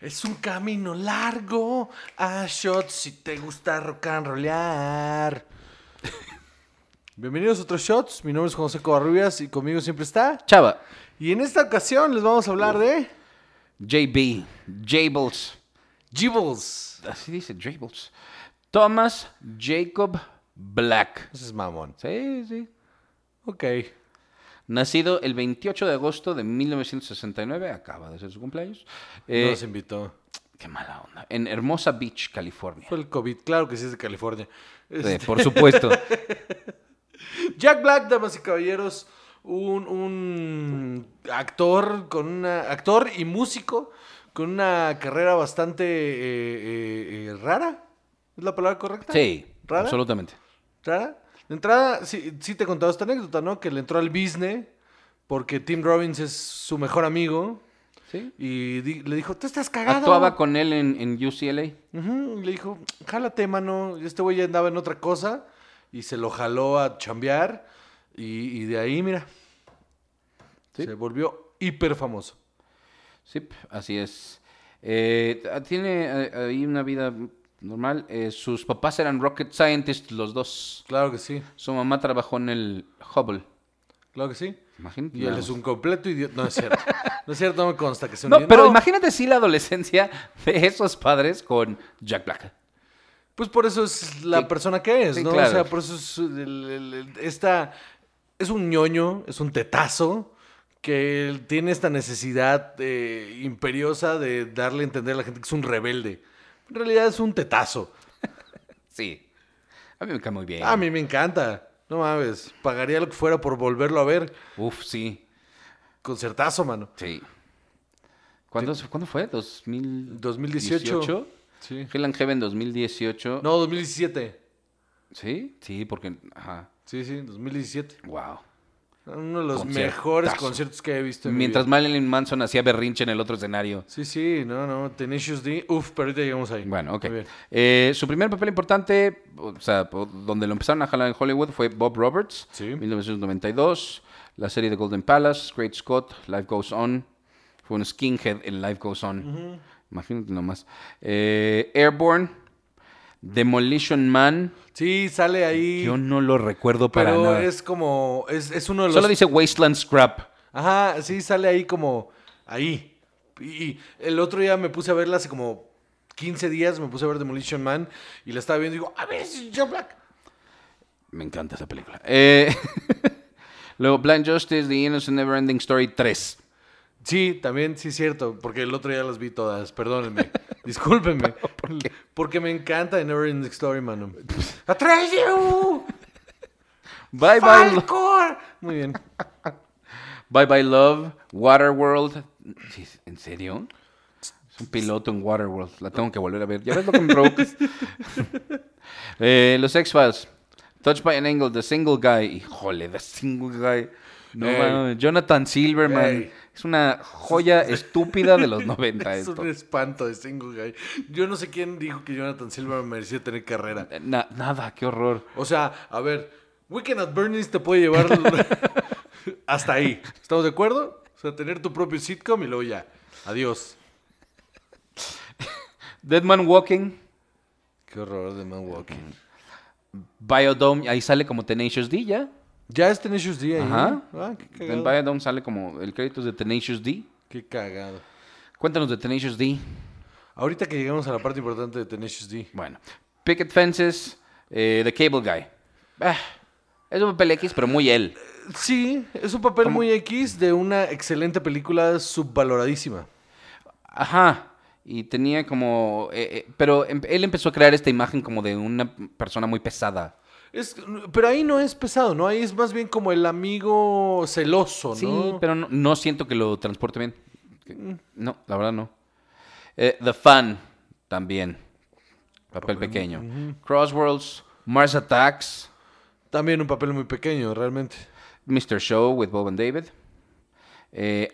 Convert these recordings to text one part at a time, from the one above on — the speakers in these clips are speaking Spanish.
Es un camino largo a shots si te gusta rock and rollar. Bienvenidos a otros shots. Mi nombre es José Covarrubias y conmigo siempre está. Chava, Y en esta ocasión les vamos a hablar de JB, Jables, Jibbles. así dice Jables. Thomas Jacob Black. Ese es mamón. Sí, sí. Ok. Nacido el 28 de agosto de 1969, acaba de ser su cumpleaños. Eh, Nos invitó. Qué mala onda. En Hermosa Beach, California. Fue el COVID. Claro que sí es de California. Es- Sí, por supuesto. Jack Black, damas y caballeros, un, un actor con una actor y músico con una carrera bastante eh, eh, eh, rara. ¿Es la palabra correcta? Sí, ¿Rara? absolutamente. ¿Rara? De entrada, sí, sí te he contado esta anécdota, ¿no? Que le entró al Disney porque Tim Robbins es su mejor amigo Sí. y di- le dijo, tú estás cagado. Actuaba con él en, en UCLA. Ujú, y Le dijo, jálate, mano. Y este güey ya andaba en otra cosa y se lo jaló a chambear. Y, y de ahí, mira, Sí. se volvió hiper famoso. Sí, así es. Eh, tiene eh, ahí una vida normal. Eh, sus papás eran rocket scientists los dos. Claro que sí, Su mamá trabajó en el Hubble. claro que sí. Imagínate. Y nada él es más. un completo idiota. No es cierto. No es cierto, no me consta que sea un No, idiota. pero imagínate si la adolescencia de esos padres con Jack Black. Pues por eso es la Sí. persona que es, Sí, ¿no? claro. O sea, por eso es el- el- el- esta... Es un ñoño, es un tetazo que tiene esta necesidad eh, imperiosa de darle a entender a la gente que es un rebelde. En realidad es un tetazo. Sí. A mí me cae muy bien. A mí me encanta. No mames. Pagaría lo que fuera por volverlo a ver. Uf, sí. Concertazo, mano. Sí. ¿Cuándo, ¿cuándo fue? ¿2018? 2018. Sí. Hell and Heaven 2018. No, 2017. ¿Sí? Sí, porque... Ajá. Sí, sí, 2017. Wow. Uno de los Conciertazo. mejores conciertos que he visto en mi Mientras vida. Marilyn Manson hacía berrinche en el otro escenario. Sí, sí, no, no. Tenacious D. Uf, pero ahorita llegamos ahí. Bueno, ok. Muy bien. Eh, su primer papel importante, o sea, po- donde lo empezaron a jalar en Hollywood fue Bob Roberts, Sí. 1992, la serie de Golden Palace, Great Scott, Life Goes On, fue un skinhead en Life Goes On, imagínate nomás. Eh, Airborne, Demolition Man, Sí, sale ahí. yo no lo recuerdo para pero nada. es como. Es, es uno de los. Solo dice Wasteland Scrap. Ajá, sí, sale ahí como. Ahí. Y y el otro día me puse a verla hace como 15 días. Me puse a ver Demolition Man. Y la estaba viendo y digo, a ver, es Joe Black. Me encanta esa película. Eh, luego Blind Justice, The Innocent Neverending Story 3. Sí, también, sí, cierto, porque el otro día las vi todas, perdónenme, discúlpenme. Porque me encanta The Never Ending Story, mano. ¡Atreyu! Bye bye. Lo- ¡Falcor! Muy bien. Bye Bye Love, Waterworld. Sí, ¿En serio? Es un piloto en Waterworld. La tengo que volver a ver. Ya ves lo que me provocas. Eh, los X-Files. Touch by an Angle, The Single Guy. Híjole, The Single Guy. No, Ey. mames, Jonathan Silverman. Ey. Es una joya estúpida de los 90. Es esto. un espanto de single guy. Yo no sé quién dijo que Jonathan Silver merecía tener carrera. Na- nada, qué horror. O sea, a ver, Weekend at Bernie's te puede llevar hasta ahí. ¿Estamos de acuerdo? O sea, tener tu propio sitcom y luego ya. Adiós. Dead Man Walking, Qué horror de Man Walking. Biodome. Ahí sale como Tenacious D ya. Ya es Tenacious D ahí. Ajá. Ah, qué En cagado. Biodome sale como el crédito es de Tenacious D. Qué cagado. Cuéntanos de Tenacious D. Ahorita que llegamos a la parte importante de Tenacious D. Bueno, Picket Fences, eh, The Cable Guy. Ah, es un papel X, pero muy él. Sí, es un papel muy X de una excelente película subvaloradísima. Ajá. Y tenía como... eh, eh, pero em- él empezó a crear esta imagen como de una persona muy pesada. Es, pero ahí no es pesado, ¿no? Ahí es más bien como el amigo celoso, ¿no? Sí, pero no, no siento que lo transporte bien. Que- No, la verdad no. Eh, The Fan, también. Papel pequeño. Crossworlds, Mars Attacks, También un papel muy pequeño, realmente. Mr. Show with Bob and David. Eh,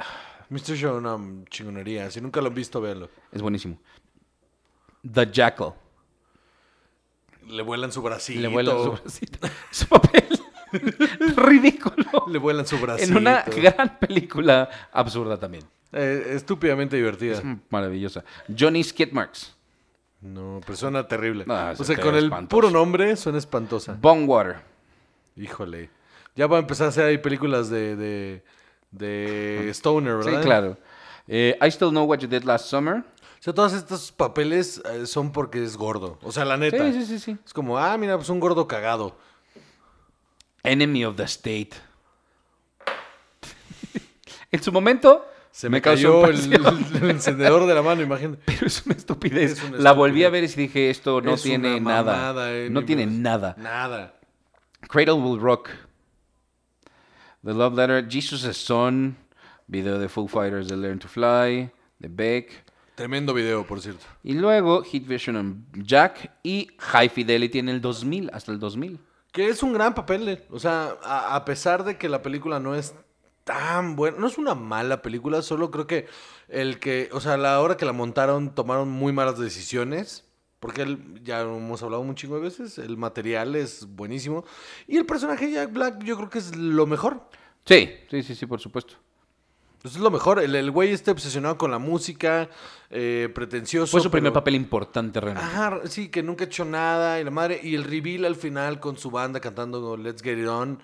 Mr. Show, una chingonería. Si nunca lo han visto, véanlo. es buenísimo. The Jackal. Le vuelan su bracito. Y le vuelan su bracito. Su papel ridículo. Le vuelan su bracito. En una gran película absurda también. Eh, estúpidamente divertida. Es maravillosa. Johnny Skidmarks. No, pero suena terrible. Ah, o se sea, te con el espantoso. puro nombre suena espantosa. Bonewater. Híjole. Ya va a empezar a hacer ahí películas de, de, de Stoner, Sí, ¿verdad? claro. Eh, I Still Know What You Did Last Summer. O sea, todos estos papeles eh, son porque es gordo. O sea, la neta. Sí, sí, sí, sí. Es como, ah, mira, pues un gordo cagado. Enemy of the State. en su momento Se me, causó cayó el, impresión, el encendedor de la mano, imagínate. pero es una estupidez. Es una La volví a ver y estupidez. dije esto no Es tiene una nada. mamada, eh, no ni tiene madres. nada. Nada. Cradle Will Rock. The Love Letter, Jesus' Son, video de Foo Fighters de Learn to Fly, de Beck. Tremendo video, por cierto. Y luego Hit Vision and Jack y High Fidelity en el 2000, hasta el 2000. Que es un gran papel, eh. o sea, a, a pesar de que la película no es tan buena, no es una mala película, solo creo que el que, o sea, a la hora que la montaron tomaron muy malas decisiones, porque él, ya hemos hablado un chingo de veces, el material es buenísimo, y el personaje de Jack Black yo creo que es lo mejor, Sí, sí, sí, sí, por supuesto. Eso es lo mejor, el, el güey está obsesionado con la música, eh, pretencioso. Fue su primer pero- papel importante realmente. Ajá, sí, que nunca ha hecho nada y la madre. Y el reveal al final con su banda cantando Let's Get It On.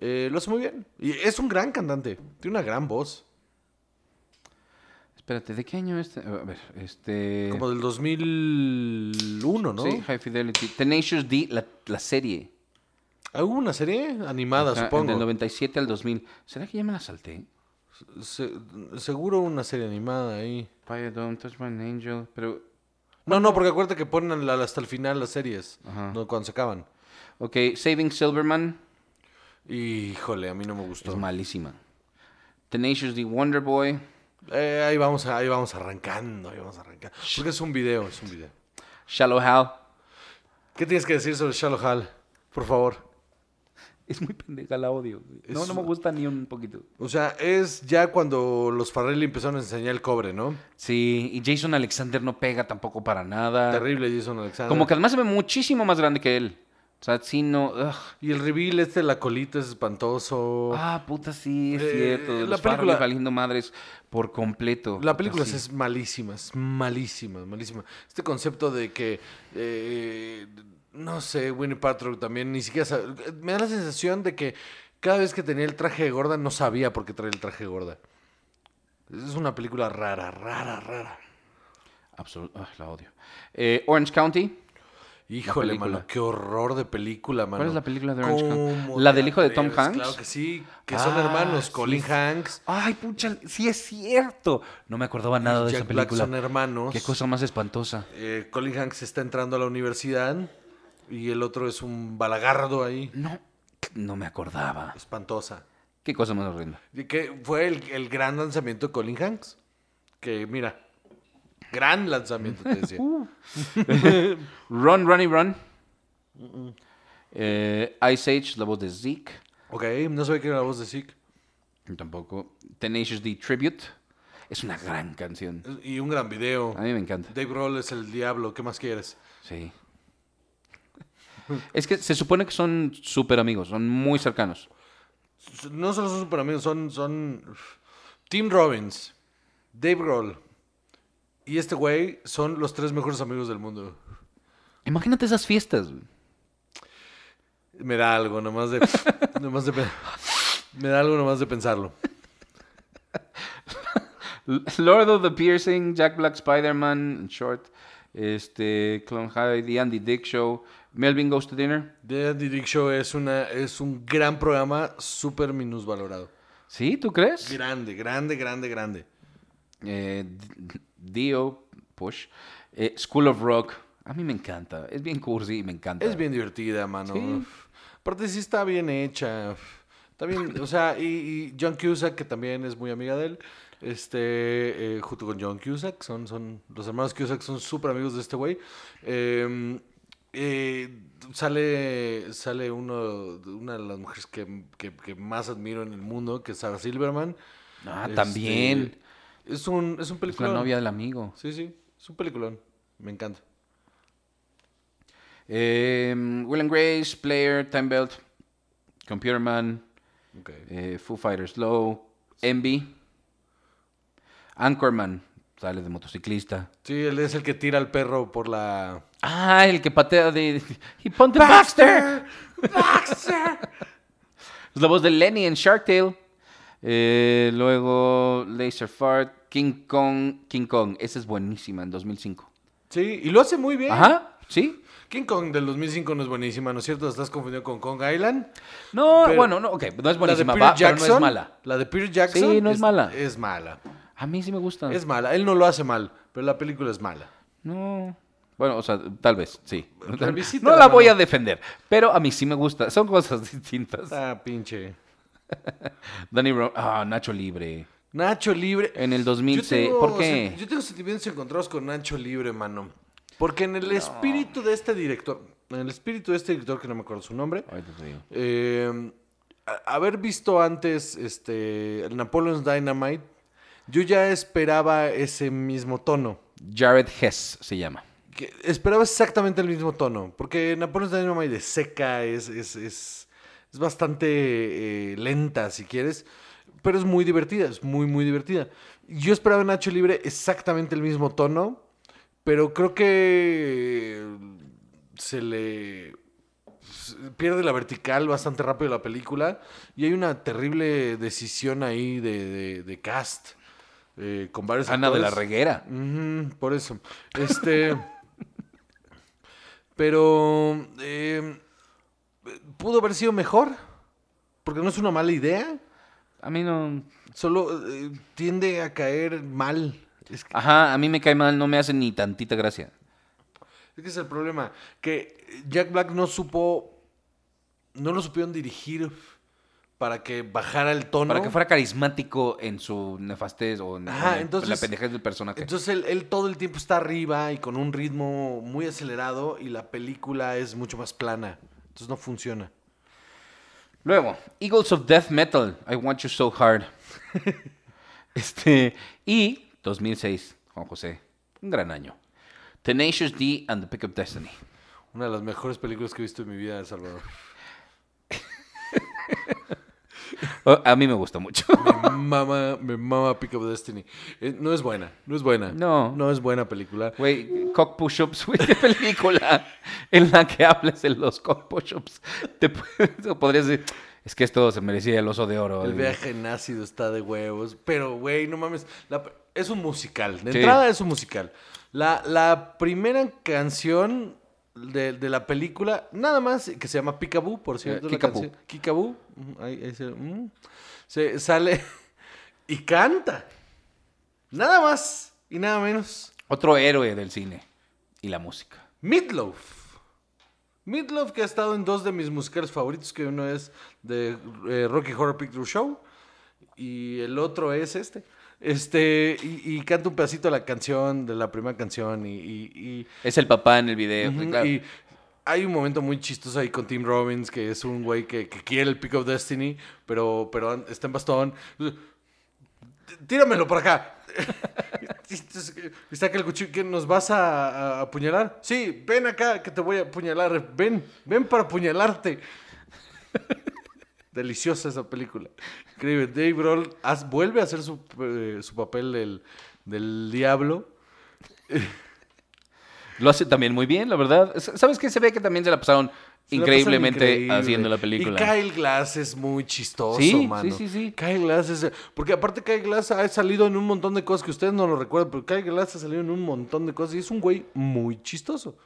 eh, lo hace muy bien. Y es un gran cantante. Tiene una gran voz. Espérate, ¿de qué año este? A ver, este... Como del 2001, ¿no? Sí, High Fidelity. Tenacious D, la, la serie. Ah, Ah, Hubo una serie animada, Ajá, Del Ah, supongo. 97 al 2000. ¿Será que ya me la salté? Se- seguro hubo una serie animada ahí. Fire Don't Touch My Angel. Pero, No, no, porque acuérdate que ponen la- hasta el final las series. Ajá. ¿no? Cuando se acaban. ok, Saving Silverman. Híjole, a mí no me Es gustó. malísima. Tenacious D, Wonder Boy. Eh, ahí, vamos, ahí vamos arrancando, ahí vamos arrancando. Porque es un video, es un video. Shallow Hal. ¿Qué tienes que decir sobre Shallow Hal? Por favor. Es muy pendeja, la odio. güey. No, Es- no me gusta ni un poquito. O sea, es ya cuando los Farrelly empezaron a enseñar el cobre, ¿no? Sí, y Jason Alexander no pega tampoco para nada. Terrible Jason Alexander. Ah. Como que además se ve muchísimo más grande que él. O sea, sí, no. ugh. Y el reveal este de la colita es espantoso. Ah, puta, sí, es Eh, cierto. la La los película- película. valiendo madres por completo. la Puta, película sí. es malísima, es malísima, malísima. Este concepto de que, eh, no sé, Winnie Patrick también ni siquiera sabe. Me da la sensación de que cada vez que tenía el traje de gorda no sabía por qué traía el traje de gorda. Es una película rara, rara, rara. Absol- ah, la odio. Eh, Orange County. Híjole, película. mano, qué horror de película, mano. es la película de Orange ¿Cómo Counts? ¿La te del hijo de Tom atreves? Hanks? Claro que sí, que son Ah, hermanos, sí, Colin sí. Hanks. Ay, pucha, sí es cierto. No me acordaba nada de Jack esa Black película. son hermanos. Qué cosa más espantosa. Eh, Colin Hanks está entrando a la universidad y el otro es un balagardo ahí, No, no me acordaba. espantosa. Qué cosa más horrenda. Y que fue el, el gran lanzamiento de Colin Hanks. Que mira, gran lanzamiento, te decía. Uh. Run, Runny, Run. Eh, Ice Age, la voz de Zeke. ok, no sabía que era la voz de Zeke. Tampoco. Tenacious D Tribute. Es una gran canción. Y un gran video. A mí me encanta. Dave Grohl es el diablo, ¿qué más quieres? Sí. Es que se supone que son súper amigos, son muy cercanos. No solo son super amigos, son, son Tim Robbins, Dave Grohl y este güey son los tres mejores amigos del mundo. Imagínate esas fiestas. güey. Me da algo nomás de, nomás de pe- me da algo nomás de pensarlo. L- Lord of the Piercing, Jack Black, Spider-Man, en short. Este, Clone High, The Andy Dick Show, Melvin Goes to Dinner. The Andy Dick Show es una es un gran programa súper minusvalorado. ¿Sí? ¿Tú crees? Grande, grande, grande, grande. Eh, D- Dio, Push. eh, School of Rock. A mí me encanta. Es bien cursi y me encanta. Es bien divertida, mano. Sí. Aparte sí está bien hecha. Está bien, o sea, y, y John Cusack, que también es muy amiga de él, este, eh, junto con John Cusack, son, son, los hermanos Cusack son súper amigos de este güey. Eh, eh, sale sale uno, una de las mujeres que, que- que más admiro en el mundo, que es Sarah Silverman. Ah, Este, también. Es un, es un Es la peliculón. novia del amigo. Sí, sí, es un peliculón. Me encanta. Eh, Will and Grace, Player, Time Belt, Computer Man, Okay. eh, Foo Fighters Low, Envy. Anchorman sale de motociclista. Sí, él es el que tira al perro por la. Ah, el que patea de... ¡Y ponte Baxter! ¡Baxter! ¡Baxter! Es la voz de Lenny en Shark Tale. Eh, luego Laser Fart, King Kong, King Kong. Esa es buenísima en 2005. Sí, y lo hace muy bien. Ajá, ¿sí? King Kong del 2005 no es buenísima, ¿no es cierto? Estás confundido con Kong Island. No, Pero- bueno, no, ok, no es buenísima, Peter va, pero no es mala. La de Peter Jackson. Sí, no es mala. Ah. Es mala. A mí sí me gusta. Es mala. Él no lo hace mal, pero la película es mala. No. Bueno, o sea, tal vez, sí. Revisítala, No la voy a mano. defender, pero a mí sí me gusta. Son cosas distintas. Ah, pinche. Danny Ro- Ah, Nacho Libre. Nacho Libre. En el Yo 2006. tengo ¿Por sen- qué? Yo tengo sentimientos encontrados con Nacho Libre, mano. Porque en el espíritu de este director, en el espíritu de este director, que no me acuerdo su nombre, Ahorita te digo. eh, a- haber visto antes este, el Napoleon's Dynamite, yo ya esperaba ese mismo tono. Jared Hess se llama. que esperaba exactamente el mismo tono. Porque Napoleon's Dynamite de seca es, es, es, es bastante eh, lenta, si quieres. Pero es muy divertida, es muy, muy divertida. Yo esperaba en Nacho Libre exactamente el mismo tono. Pero creo que se le se pierde la vertical bastante rápido la película. Y hay una terrible decisión ahí de, de- de cast. eh, con varios Ana de la actores. Reguera. Ujú, por eso. Este. pero. eh, Pudo haber sido mejor. Porque no es una mala idea. A mí no. Solo eh, tiende a caer mal. Es que, Ajá, a mí me cae mal, no me hace ni tantita gracia. es que es el problema. Que Jack Black no supo. No lo supieron dirigir para que bajara el tono. Para que fuera carismático en su nefastez o en, Ajá, en el- entonces- la pendejez del personaje. Entonces él, él todo el tiempo está arriba y con un ritmo muy acelerado y la película es mucho más plana. Entonces no funciona. Luego, Eagles of Death Metal, I Want You So Hard. este, y 2006, Juan José, un gran año. Tenacious D and the Pick of Destiny. Una de las mejores películas que he visto en mi vida, Salvador. Oh, a mí me gusta mucho. Me mama, me mama Pick of Destiny. Eh, no es buena, no es buena. No. No es buena película. Güey, cock push-ups, güey, qué película en la que hablas de los cock push-ups. Te puedes- podrías decir, es que esto se merecía el oso de oro. El Y- viaje en ácido está de huevos. Pero, güey, no mames. la pr- es un musical. De Sí. entrada es un musical. La, la primera canción de, de la película, nada más, que se llama Peekaboo, por cierto. la Kickapoo. canción. Kickapoo. Ujú, ahí- ahí se- ujú. se sale y canta. Nada más y nada menos. Otro héroe del cine y la música. Meatloaf. Meatloaf que ha estado en dos de mis musicales favoritos, que uno es de eh, Rocky Horror Picture Show y el otro es este. Este, y, y canta un pedacito de la canción, de la primera canción y... y- Es el papá en el y- video. ujú, claro. y hay un momento muy chistoso ahí con Tim Robbins, que es un güey que, que quiere el Pick of Destiny, pero, pero an- está en bastón. Tíramelo por acá. Y saca el cuchillo. ¿Qué, ¿Nos vas a, a apuñalar? Sí, ven acá que te voy a apuñalar. Ven, ven para apuñalarte. Deliciosa esa película. Increíble. Dave Grohl haz- vuelve a hacer su, eh, su papel del, del diablo. Lo hace también muy bien, la verdad. S- ¿Sabes qué? Se ve que también se la pasaron Se la increíblemente pasan increíble. haciendo la película. Y Kyle Glass es muy chistoso, Sí, mano. sí, sí, sí. Kyle Glass es. Porque aparte, Kyle Glass ha salido en un montón de cosas que ustedes no lo recuerdan, pero Kyle Glass ha salido en un montón de cosas y es un güey muy chistoso.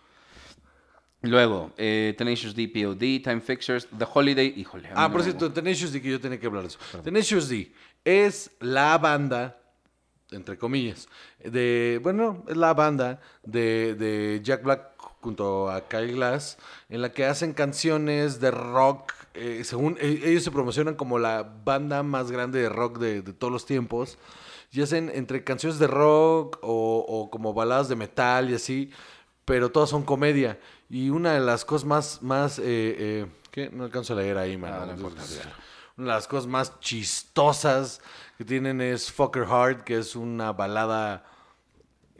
Luego, eh, Tenacious D, POD, Time Fixers, The Holiday. Híjole. a mí Ah, no por me cierto, Tenacious D, que yo tenía que hablar de eso. Tenacious D es la banda, entre comillas, de. Bueno, es la banda de, de Jack Black junto a Kyle Glass, en la que hacen canciones de rock. eh, según e- ellos se promocionan como la banda más grande de rock de, de todos los tiempos. Y hacen entre canciones de rock o, o como baladas de metal y así, pero todas son comedia. Y una de las cosas más, más, eh, eh, ¿qué? No alcanzo a leer ahí, man. Ah, no importa. Una de las cosas más chistosas que tienen es Fucker Heart, que es una balada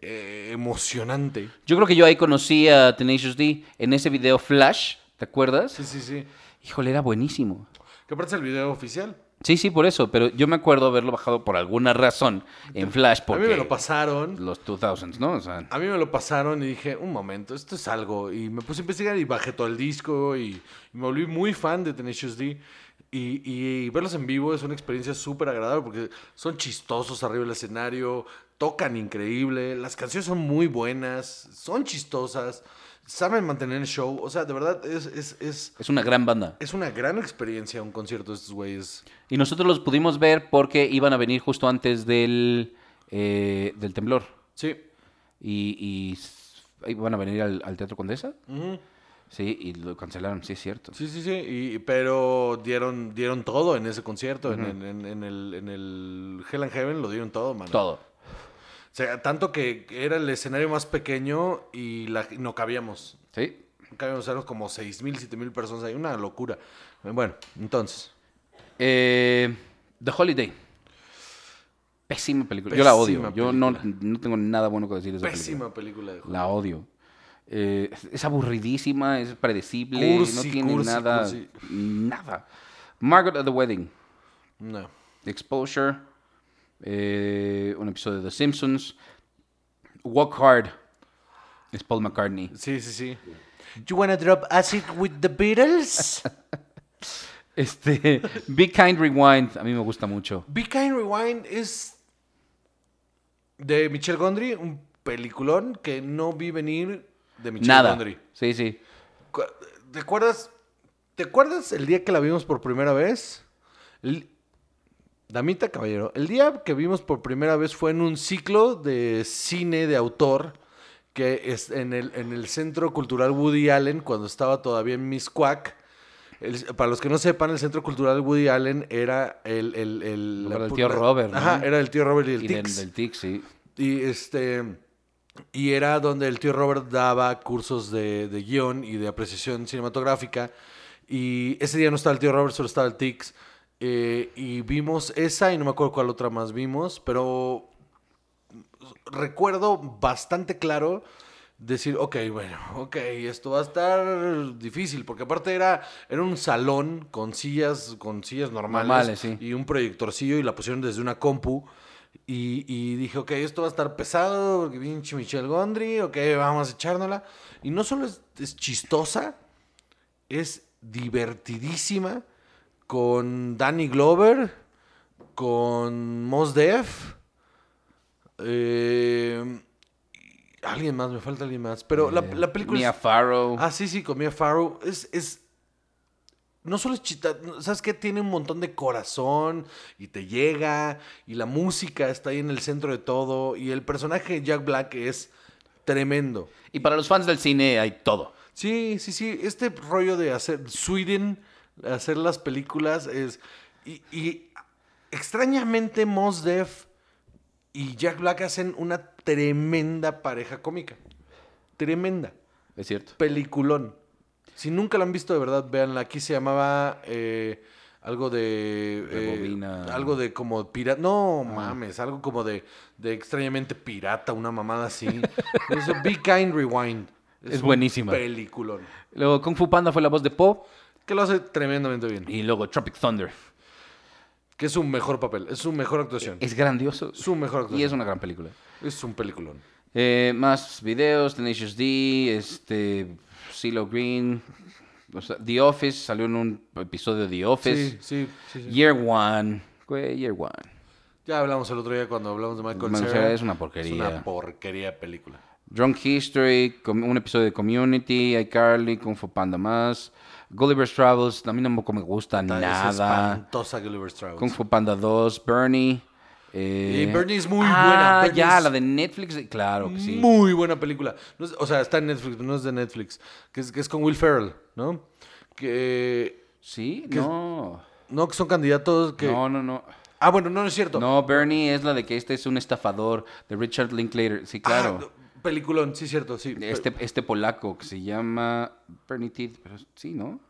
eh, emocionante. Yo creo que yo ahí conocí a Tenacious D en ese video Flash, ¿te acuerdas? Sí, sí, sí. Híjole, era buenísimo. Que aparte es el video oficial. Sí, sí, por eso, pero yo me acuerdo haberlo bajado por alguna razón en Flash porque A mí me lo pasaron. los 2000s, ¿no? O sea, A mí me lo pasaron y dije, un momento, esto es algo. Y me puse a investigar y bajé todo el disco y, y me volví muy fan de Tenacious D. Y, y verlos en vivo es una experiencia súper agradable porque son chistosos arriba del escenario, tocan increíble, las canciones son muy buenas, son chistosas, saben mantener el show. O sea, de verdad, es, es, es, es una gran banda. es una gran experiencia un concierto de estos güeyes. Y nosotros los pudimos ver porque iban a venir justo antes del, eh, del temblor. Sí. Y, y s- iban a venir al, al Teatro Condesa. Ujú. Sí, y lo cancelaron, sí, es cierto. Sí, sí, sí. Y, pero dieron, dieron todo en ese concierto. en- en, en- en el, en el Hell and Heaven lo dieron todo, mano. Todo. O sea, tanto que era el escenario más pequeño y la- no cabíamos. Sí. No cabíamos, éramos como 6.000, 7.000 personas ahí. Una locura. Bueno, entonces. Eh, The Holiday. Pésima película. Yo la odio. Pésima Yo no, película. no tengo nada bueno que decir de esa película. Pésima película de Hollywood. La odio. Eh, es aburridísima, es predecible, Cursi, no tiene cursi, nada. cursi. Nada. Margaret at the Wedding. No. The Exposure, eh, un episodio de The Simpsons, Walk Hard, es Paul McCartney. Sí, sí, sí. You wanna drop acid with the Beatles? Este, Be Kind Rewind, a mí me gusta mucho. Be Kind Rewind es de Michel Gondry, un peliculón que no vi venir de Michel Nada. Gondry. Sí, sí. Cu- ¿Te acuerdas? ¿Te acuerdas el día que la vimos por primera vez? El- Damita Caballero, el día que vimos por primera vez fue en un ciclo de cine de autor que es en el, en el Centro Cultural Woody Allen, cuando estaba todavía en Miscuac. El- para los que no sepan, el Centro Cultural Woody Allen era el... el, el- Lugar la del pu- tío la- Robert, ¿no? Ajá, era el tío Robert y el Y del, Tix. del Tic, sí. Y este. Y era donde el tío Robert daba cursos de, de guión y de apreciación cinematográfica. Y ese día no estaba el tío Robert, solo estaba el Tix. Eh, y vimos esa y no me acuerdo cuál otra más vimos, pero recuerdo bastante claro decir, ok, bueno, ok, esto va a estar difícil, porque aparte era, era un salón con sillas, con sillas normales, Normales, sí. y un proyectorcillo y la pusieron desde una compu. Y, y dije, ok, esto va a estar pesado, porque pinche Michelle Gondry, ok, vamos a echárnosla. Y no solo es- es chistosa, es divertidísima con Danny Glover, con Mos Def. eh, y alguien más, me falta alguien más. Pero la, Eh, la película. Mia es- Farrow. ah, sí, sí, con Mia Farrow. Es. es- no solo es chita, ¿sabes qué? Tiene un montón de corazón y te llega y la música está ahí en el centro de todo y el personaje de Jack Black es tremendo. Y para los fans del cine hay todo. Sí, sí, sí. Este rollo de hacer Sweden, hacer las películas es. Y, y extrañamente, Mos Def y Jack Black hacen una tremenda pareja cómica. Tremenda. Es cierto. Peliculón. Si nunca la han visto de verdad, véanla. Aquí se llamaba eh, algo de. eh, Rebobina. Ah. algo de como pirata. No mames, algo como de, de extrañamente pirata, una mamada así. Eso, Be Kind Rewind. Es un buenísima. Peliculón. Luego Kung Fu Panda fue la voz de Poe Que lo hace tremendamente bien. y luego Tropic Thunder. Que es su mejor papel, es su mejor actuación. Es grandioso. Su mejor actuación. Y es una gran película. Es un peliculón. Eh, más videos, Tenacious D, este, CeeLo Green, o sea, The Office, salió en un episodio de The Sí, Office. sí, sí. sí. Year One, güey, Year One. Ya hablamos el otro día cuando hablamos de Michael Michael Cera. Cera es una porquería. Es una porquería de película. Drunk History, com- un episodio de Community, iCarly, Kung Fu Panda más, Gulliver's Travels, a mí tampoco me gusta Está- es nada, espantosa Gulliver Strauss. Kung Fu Panda 2, Bernie. eh, Y Bernie es muy buena, ah, Bernie ya, es- la de Netflix, claro que sí. Muy buena película. No es- o sea, está en Netflix, no es de Netflix. Que es, que es con Will Ferrell, ¿no? Que. Sí, ¿Qué es- no. No, que son candidatos que. No, no, no. Ah, bueno, no, no es cierto. No, Bernie es la de que este es un estafador de Richard Linklater. Sí, Ah, claro. no, peliculón, sí, cierto, sí. este, este polaco que se llama Bernie Teeth, pero sí, ¿no?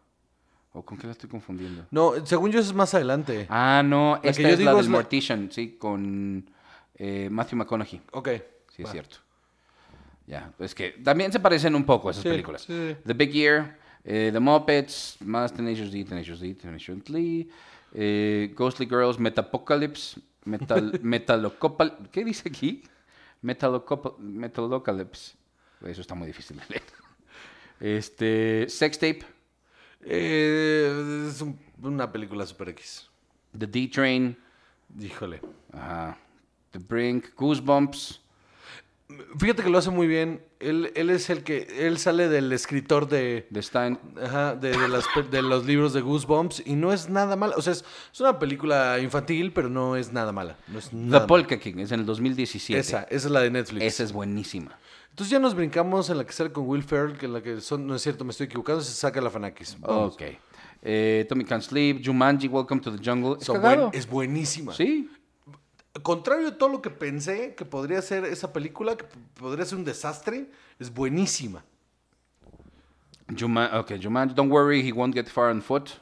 ¿O con qué la estoy confundiendo? No, según yo, eso es más adelante. Ah, no, que esta yo es la digo del es la- Mortician, sí, con eh, Matthew McConaughey. Ok. Sí, va. es cierto. Ya, es que también se parecen un poco esas Sí, películas. sí, sí. The Big Year, eh, The Muppets, más Tenacious D, Tenacious D, Tenacious D, eh, Ghostly Girls, Metapocalypse, Metal, Metalocopal... ¿Qué dice aquí? Metalocopa- Metalocalypse. Eso está muy difícil de leer. Este, Sex Tape, Eh, es un- una película super X. The D-Train, Híjole. ajá, The Brink, Goosebumps. Fíjate que lo hace muy bien. Él, él es el que. Él sale del escritor de. The Stein. Ajá, de, de las pe- de los libros de Goosebumps. Y no es nada mala. O sea, es, es una película infantil, pero no es nada mala. No es The nada mala. Polka King, es en el 2017. Esa, esa es la de Netflix. Esa es buenísima. Entonces ya nos brincamos en la que sale con Will Ferrell, que en la que son, no es cierto, me estoy equivocando, se saca la Fanakis. Vamos. Ok. Eh, Tommy Can't Sleep, Jumanji, Welcome to the Jungle. Es Son cagado. buen- es buenísima. Sí. Contrario a todo lo que pensé que podría ser esa película, que p- podría ser un desastre, es buenísima. Juma- ok, Jumanji, Don't Worry, He Won't Get Far on Foot.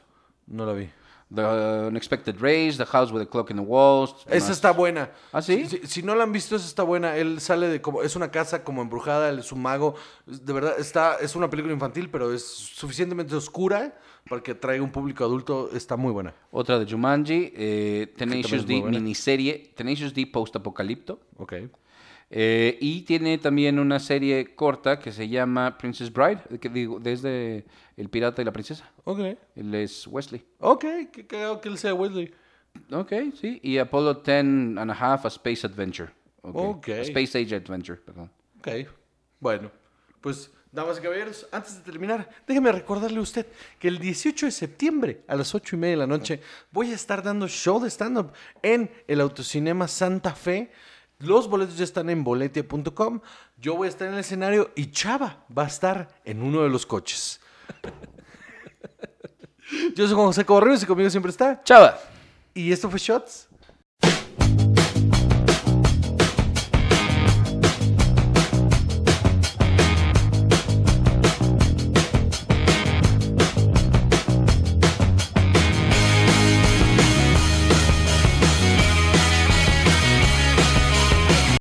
No la vi. The Unexpected Race, The House with a Clock in the Walls. Esa está buena. ¿Ah, sí? Si, si- si no la han visto, esa está buena. Él sale de como. Es una casa como embrujada, él es un mago. Es- De verdad, está, es una película infantil, pero es suficientemente oscura para que atraiga un público adulto. Está muy buena. Otra de Jumanji, eh, también es Tenacious muy D, buena. miniserie, Tenacious D post-apocalipto. Ok. Eh, y tiene también una serie corta que se llama Princess Bride, que digo, desde El Pirata y la Princesa. Ok. Él es Wesley. Ok, que cagado que él sea Wesley. Ok, sí. Y Apollo 10 and a Half, A Space Adventure. Ok. Ok. A Space Age Adventure, perdón. Ok. Bueno, pues, damas y caballeros, antes de terminar, déjeme recordarle a usted que el 18 de septiembre a las 8 y media de la noche voy a estar dando show de stand-up en el Autocinema Santa Fe. Los boletos ya están en boletia.com. Yo voy a estar en el escenario y Chava va a estar en uno de los coches. Yo soy Juan José Correos y conmigo siempre está. Chava. Y esto fue Shots